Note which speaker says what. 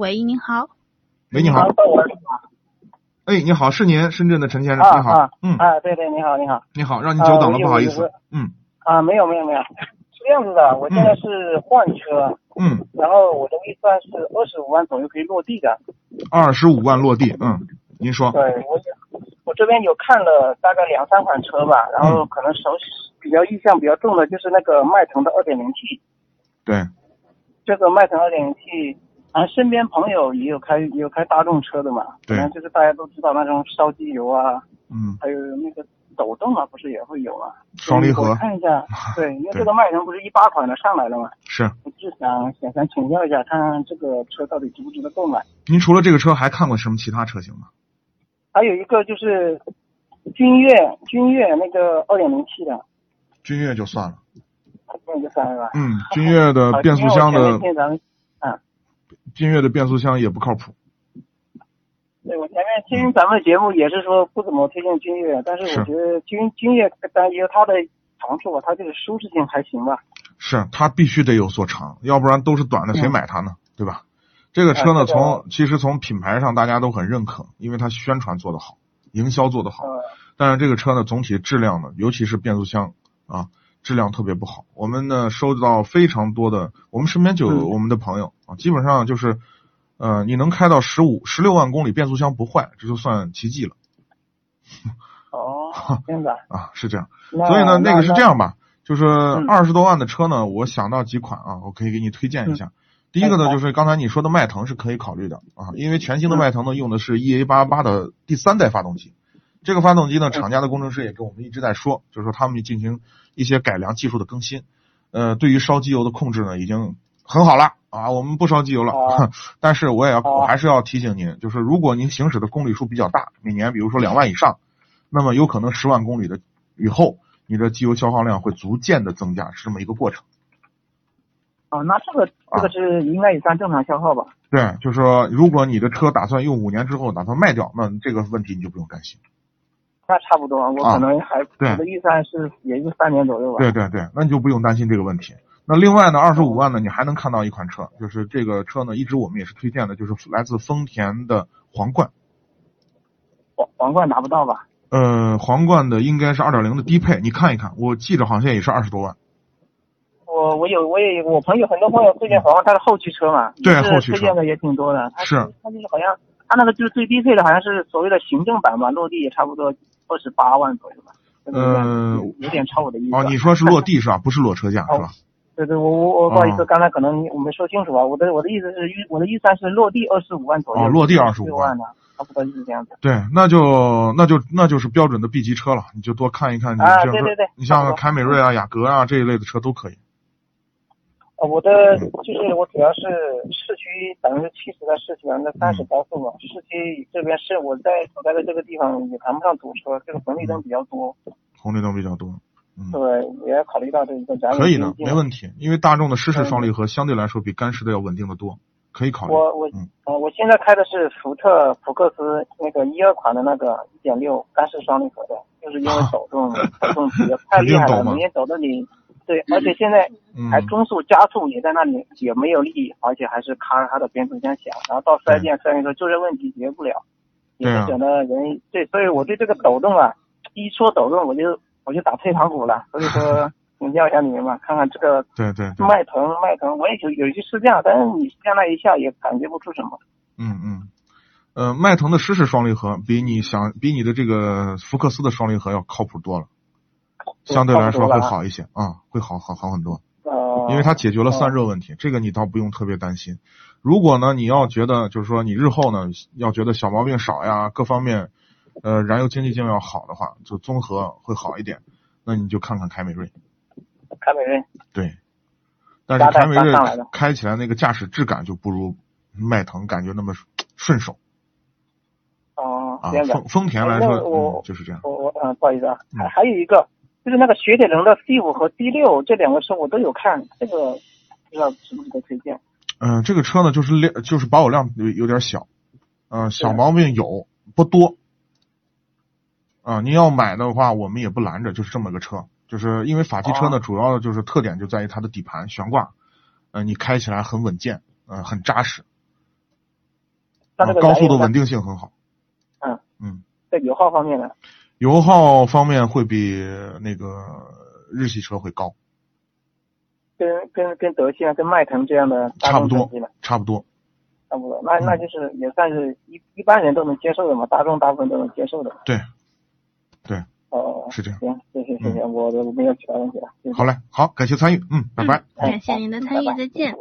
Speaker 1: 喂，您好。
Speaker 2: 喂，
Speaker 3: 啊
Speaker 2: 你好。哎，你好，是您，深圳的陈先生，你好
Speaker 3: 啊，
Speaker 2: 嗯，
Speaker 3: 啊，对对，你好，你好。
Speaker 2: 你好，让您久等了，
Speaker 3: 啊
Speaker 2: 不好意
Speaker 3: 我
Speaker 2: 思
Speaker 3: 有，
Speaker 2: 嗯
Speaker 3: 啊，没有没有没有，是这样子的，我现在是换车，
Speaker 2: 嗯，
Speaker 3: 然后我的预算是二十五万左右可以落地的。
Speaker 2: 二十五万落地，嗯，您说，
Speaker 3: 对我，我这边有看了大概两三款车吧，然
Speaker 2: 嗯
Speaker 3: 后可能手比较印象比较重的就是那个迈腾的 2.0T，
Speaker 2: 对，
Speaker 3: 这个迈腾 2.0T，啊，身边朋友也有开也有开大众车的嘛，
Speaker 2: 对
Speaker 3: 可能就是大家都知道那种烧机油啊，
Speaker 2: 嗯，
Speaker 3: 还有那个抖动啊，不是也会有啊？
Speaker 2: 双离合
Speaker 3: 我看 一下，对，因为
Speaker 2: 对
Speaker 3: 这个迈腾不是一八款的上来了嘛，
Speaker 2: 是。
Speaker 3: 我就想想想请教一下，看看这个车到底值不值得购买。
Speaker 2: 您除了这个车，还看过什么其他车型吗？
Speaker 3: 还有一个就是君越，君越那个二点零 T 的，
Speaker 2: 君越就算了，
Speaker 3: 那就算了吧。
Speaker 2: 嗯，君越的
Speaker 3: 啊好
Speaker 2: 变速箱
Speaker 3: 因为我前
Speaker 2: 的
Speaker 3: 面听咱们，
Speaker 2: 君越的变速箱也不靠谱，
Speaker 3: 对我前面听咱们的节目也是说不怎么推荐君越，但是
Speaker 2: 是
Speaker 3: 我觉得君君越当然也有它的长处啊吧，它这个舒适性还行吧。
Speaker 2: 是它必须得有所长，要不然都是短的，谁
Speaker 3: 嗯
Speaker 2: 买它呢？对吧？这个车呢，
Speaker 3: 啊这个
Speaker 2: 从其实从品牌上大家都很认可，因为它宣传做得好，营销做得好，
Speaker 3: 呃，
Speaker 2: 但是这个车呢，总体质量呢，尤其是变速箱啊，质量特别不好。我们呢收到非常多的，我们身边就有
Speaker 3: 嗯
Speaker 2: 我们的朋友、啊，基本上就是，呃，你能开到十五、十六万公里，变速箱不坏，这就算奇迹了
Speaker 3: 哦，这样子啊。
Speaker 2: 啊，是这样。
Speaker 3: 那
Speaker 2: 所以呢，那个是这。样吧，就是
Speaker 3: 嗯
Speaker 2: 二十多万的车呢，我想到几款啊，我可以给你推荐一下。第一个呢，
Speaker 3: 哎嗯
Speaker 2: 就是刚才你说的迈腾是可以考虑的啊，因为全新的迈腾呢用的是 EA 八八的第三代发动机，这个发动机
Speaker 3: 嗯
Speaker 2: 呢，厂家的工程师也跟我们一直在说，就是说他们进行一些改良技术的更新，呃，对于烧机油的控制呢已经很好了啊，我们不烧机油了，
Speaker 3: 哦
Speaker 2: 但是我也要我
Speaker 3: 哦
Speaker 2: 还是要提醒您，就是如果您行驶的公里数比较大，每年比如说两万以上，那么有可能十万公里的以后，你的机油消耗量会逐渐的增加，是这么一个过程。
Speaker 3: 哦，那这个这个是应该也算正常消耗吧？
Speaker 2: 对，就是说，如果你的车打算用五年之后打算卖掉，那这个问题你就不用担心。
Speaker 3: 那差不多，我
Speaker 2: 啊
Speaker 3: 可能还、
Speaker 2: 对
Speaker 3: 我的预算是也就三年左右吧。
Speaker 2: 对对对，那你就不用担心这个问题。那另外呢，二十五万呢，你还能看到一款车，就是这个车呢，一直我们也是推荐的，就是来自丰田的皇冠。
Speaker 3: 皇皇冠拿不到吧？
Speaker 2: 呃，皇冠的应该是二点零的低配，你看一看，我记着好像也是二十多万。
Speaker 3: 我我有我也有我朋友很多朋友推荐皇冠，它是后驱车嘛，
Speaker 2: 对
Speaker 3: 也是
Speaker 2: 后驱车
Speaker 3: 推荐的也挺多的。它
Speaker 2: 是
Speaker 3: 它就是好像它那个就是最低配的，好像是所谓的行政版吧，落地也差不多二十八万左右吧。
Speaker 2: 呃
Speaker 3: 有点有点超我的预
Speaker 2: 哦
Speaker 3: 算。，
Speaker 2: 你说是落地是吧？不是裸车价是
Speaker 3: 哦
Speaker 2: 吧？
Speaker 3: 对对，我我我不好意
Speaker 2: 哦
Speaker 3: 思，刚才可能我没说清楚吧。啊我的我的意思是预我的预算是落地二十五万左右。
Speaker 2: 哦落地25万
Speaker 3: 六万呢，啊差不多就是这样子。
Speaker 2: 对，那就那就那就是标准的 B 级车了，你就多看一看。你
Speaker 3: 啊
Speaker 2: 这
Speaker 3: 对对对
Speaker 2: 你像
Speaker 3: 差不多
Speaker 2: 凯美瑞啊、雅阁啊这一类的车都可以。
Speaker 3: 呃，我的就是我主要是市区百分之七十在市区，百分之三十高速嘛。市区这边是我在所在的这个地方也谈不上堵车，这个红绿灯比较多，
Speaker 2: 红绿灯比较多，嗯，
Speaker 3: 对，也要考虑到这一个燃油
Speaker 2: 可以的
Speaker 3: 经，济
Speaker 2: 没
Speaker 3: 嘛
Speaker 2: 问题。因为大众的湿式
Speaker 3: 嗯
Speaker 2: 双离合相对来说比干式的要稳定的多，可以考虑。
Speaker 3: 我我
Speaker 2: 嗯
Speaker 3: 呃，我现在开的是福特福克斯那个一二款的那个一点六干式双离合的，就是因为抖动抖 动比较太厉害
Speaker 2: 啊肯定抖
Speaker 3: 了，
Speaker 2: 嘛
Speaker 3: 明显抖的你对，而且现在
Speaker 2: 嗯，
Speaker 3: 还中速加速也在那里也没有力，而且还是咔咔的变速箱响，然后到四 S 店，四 S 店说就这问题解决不了，
Speaker 2: 嗯
Speaker 3: 也
Speaker 2: 对啊
Speaker 3: 是整的人对，所以我对这个抖动啊，一说抖动我就我就打退堂鼓了，所以 说请教一下你们嘛，看看这个
Speaker 2: 对对对，
Speaker 3: 迈腾迈腾，我也有有些试驾，但是你试驾那一下也感觉不出什么，
Speaker 2: 嗯嗯，呃，迈腾的湿式双离合比你想比你的这个福克斯的双离合要靠谱多了，相对来说会好一些啊，会好好好很多。
Speaker 3: 呃，
Speaker 2: 因为它解决了散
Speaker 3: 嗯
Speaker 2: 热问题，这个你倒不用特别担心。如果呢，你要觉得就是说你日后呢要觉得小毛病少呀，各方面呃燃油经济性要好的话，就综合会好一点。那你就看看凯美瑞，
Speaker 3: 凯美瑞
Speaker 2: 对。但是
Speaker 3: 搭载
Speaker 2: 凯美瑞
Speaker 3: 搭上来的
Speaker 2: 开起来那个驾驶质感就不如迈腾感觉那么顺手
Speaker 3: 哦，
Speaker 2: 啊
Speaker 3: 这样。子。
Speaker 2: 丰丰田来说、
Speaker 3: 哎那我
Speaker 2: 嗯、就是这样。
Speaker 3: 我我嗯，不好意思啊，
Speaker 2: 嗯
Speaker 3: 还还有一个就是那个雪铁龙的 C 五和 D 六这两个车我都有看，这个不知道值不值得推荐。
Speaker 2: 嗯、这个车呢就是量就是保有量有有点小，嗯、小
Speaker 3: 对
Speaker 2: 毛病有不多，啊、您要买的话我们也不拦着，就是这么个车，就是因为法系车
Speaker 3: 哦
Speaker 2: 呢、主要的就是特点就在于它的底盘悬挂，嗯、你开起来很稳健，嗯、很扎实，
Speaker 3: 它这
Speaker 2: 啊
Speaker 3: 个
Speaker 2: 高
Speaker 3: 燃
Speaker 2: 速
Speaker 3: 油
Speaker 2: 的
Speaker 3: 呢
Speaker 2: 稳定性很好。
Speaker 3: 嗯
Speaker 2: 嗯，
Speaker 3: 在油耗方面呢，
Speaker 2: 油耗方面会比那个日系车会高，
Speaker 3: 跟跟跟德系啊，跟迈腾这样的大
Speaker 2: 差不多嗯
Speaker 3: 众等级呢，
Speaker 2: 差不多。
Speaker 3: 差不多，那那就是也算是一一般人都能接受的嘛，大众大部分都能接受的。
Speaker 2: 对，对，嗯
Speaker 3: 哦，
Speaker 2: 是这样。
Speaker 3: 行，谢谢谢谢，我我没有其他问题了。谢谢
Speaker 2: 好嘞，好，感谢参与，嗯，拜拜。
Speaker 3: 哎
Speaker 1: 感谢您的
Speaker 3: 嗯
Speaker 1: 参
Speaker 3: 拜
Speaker 1: 与，
Speaker 3: 拜
Speaker 1: 再见。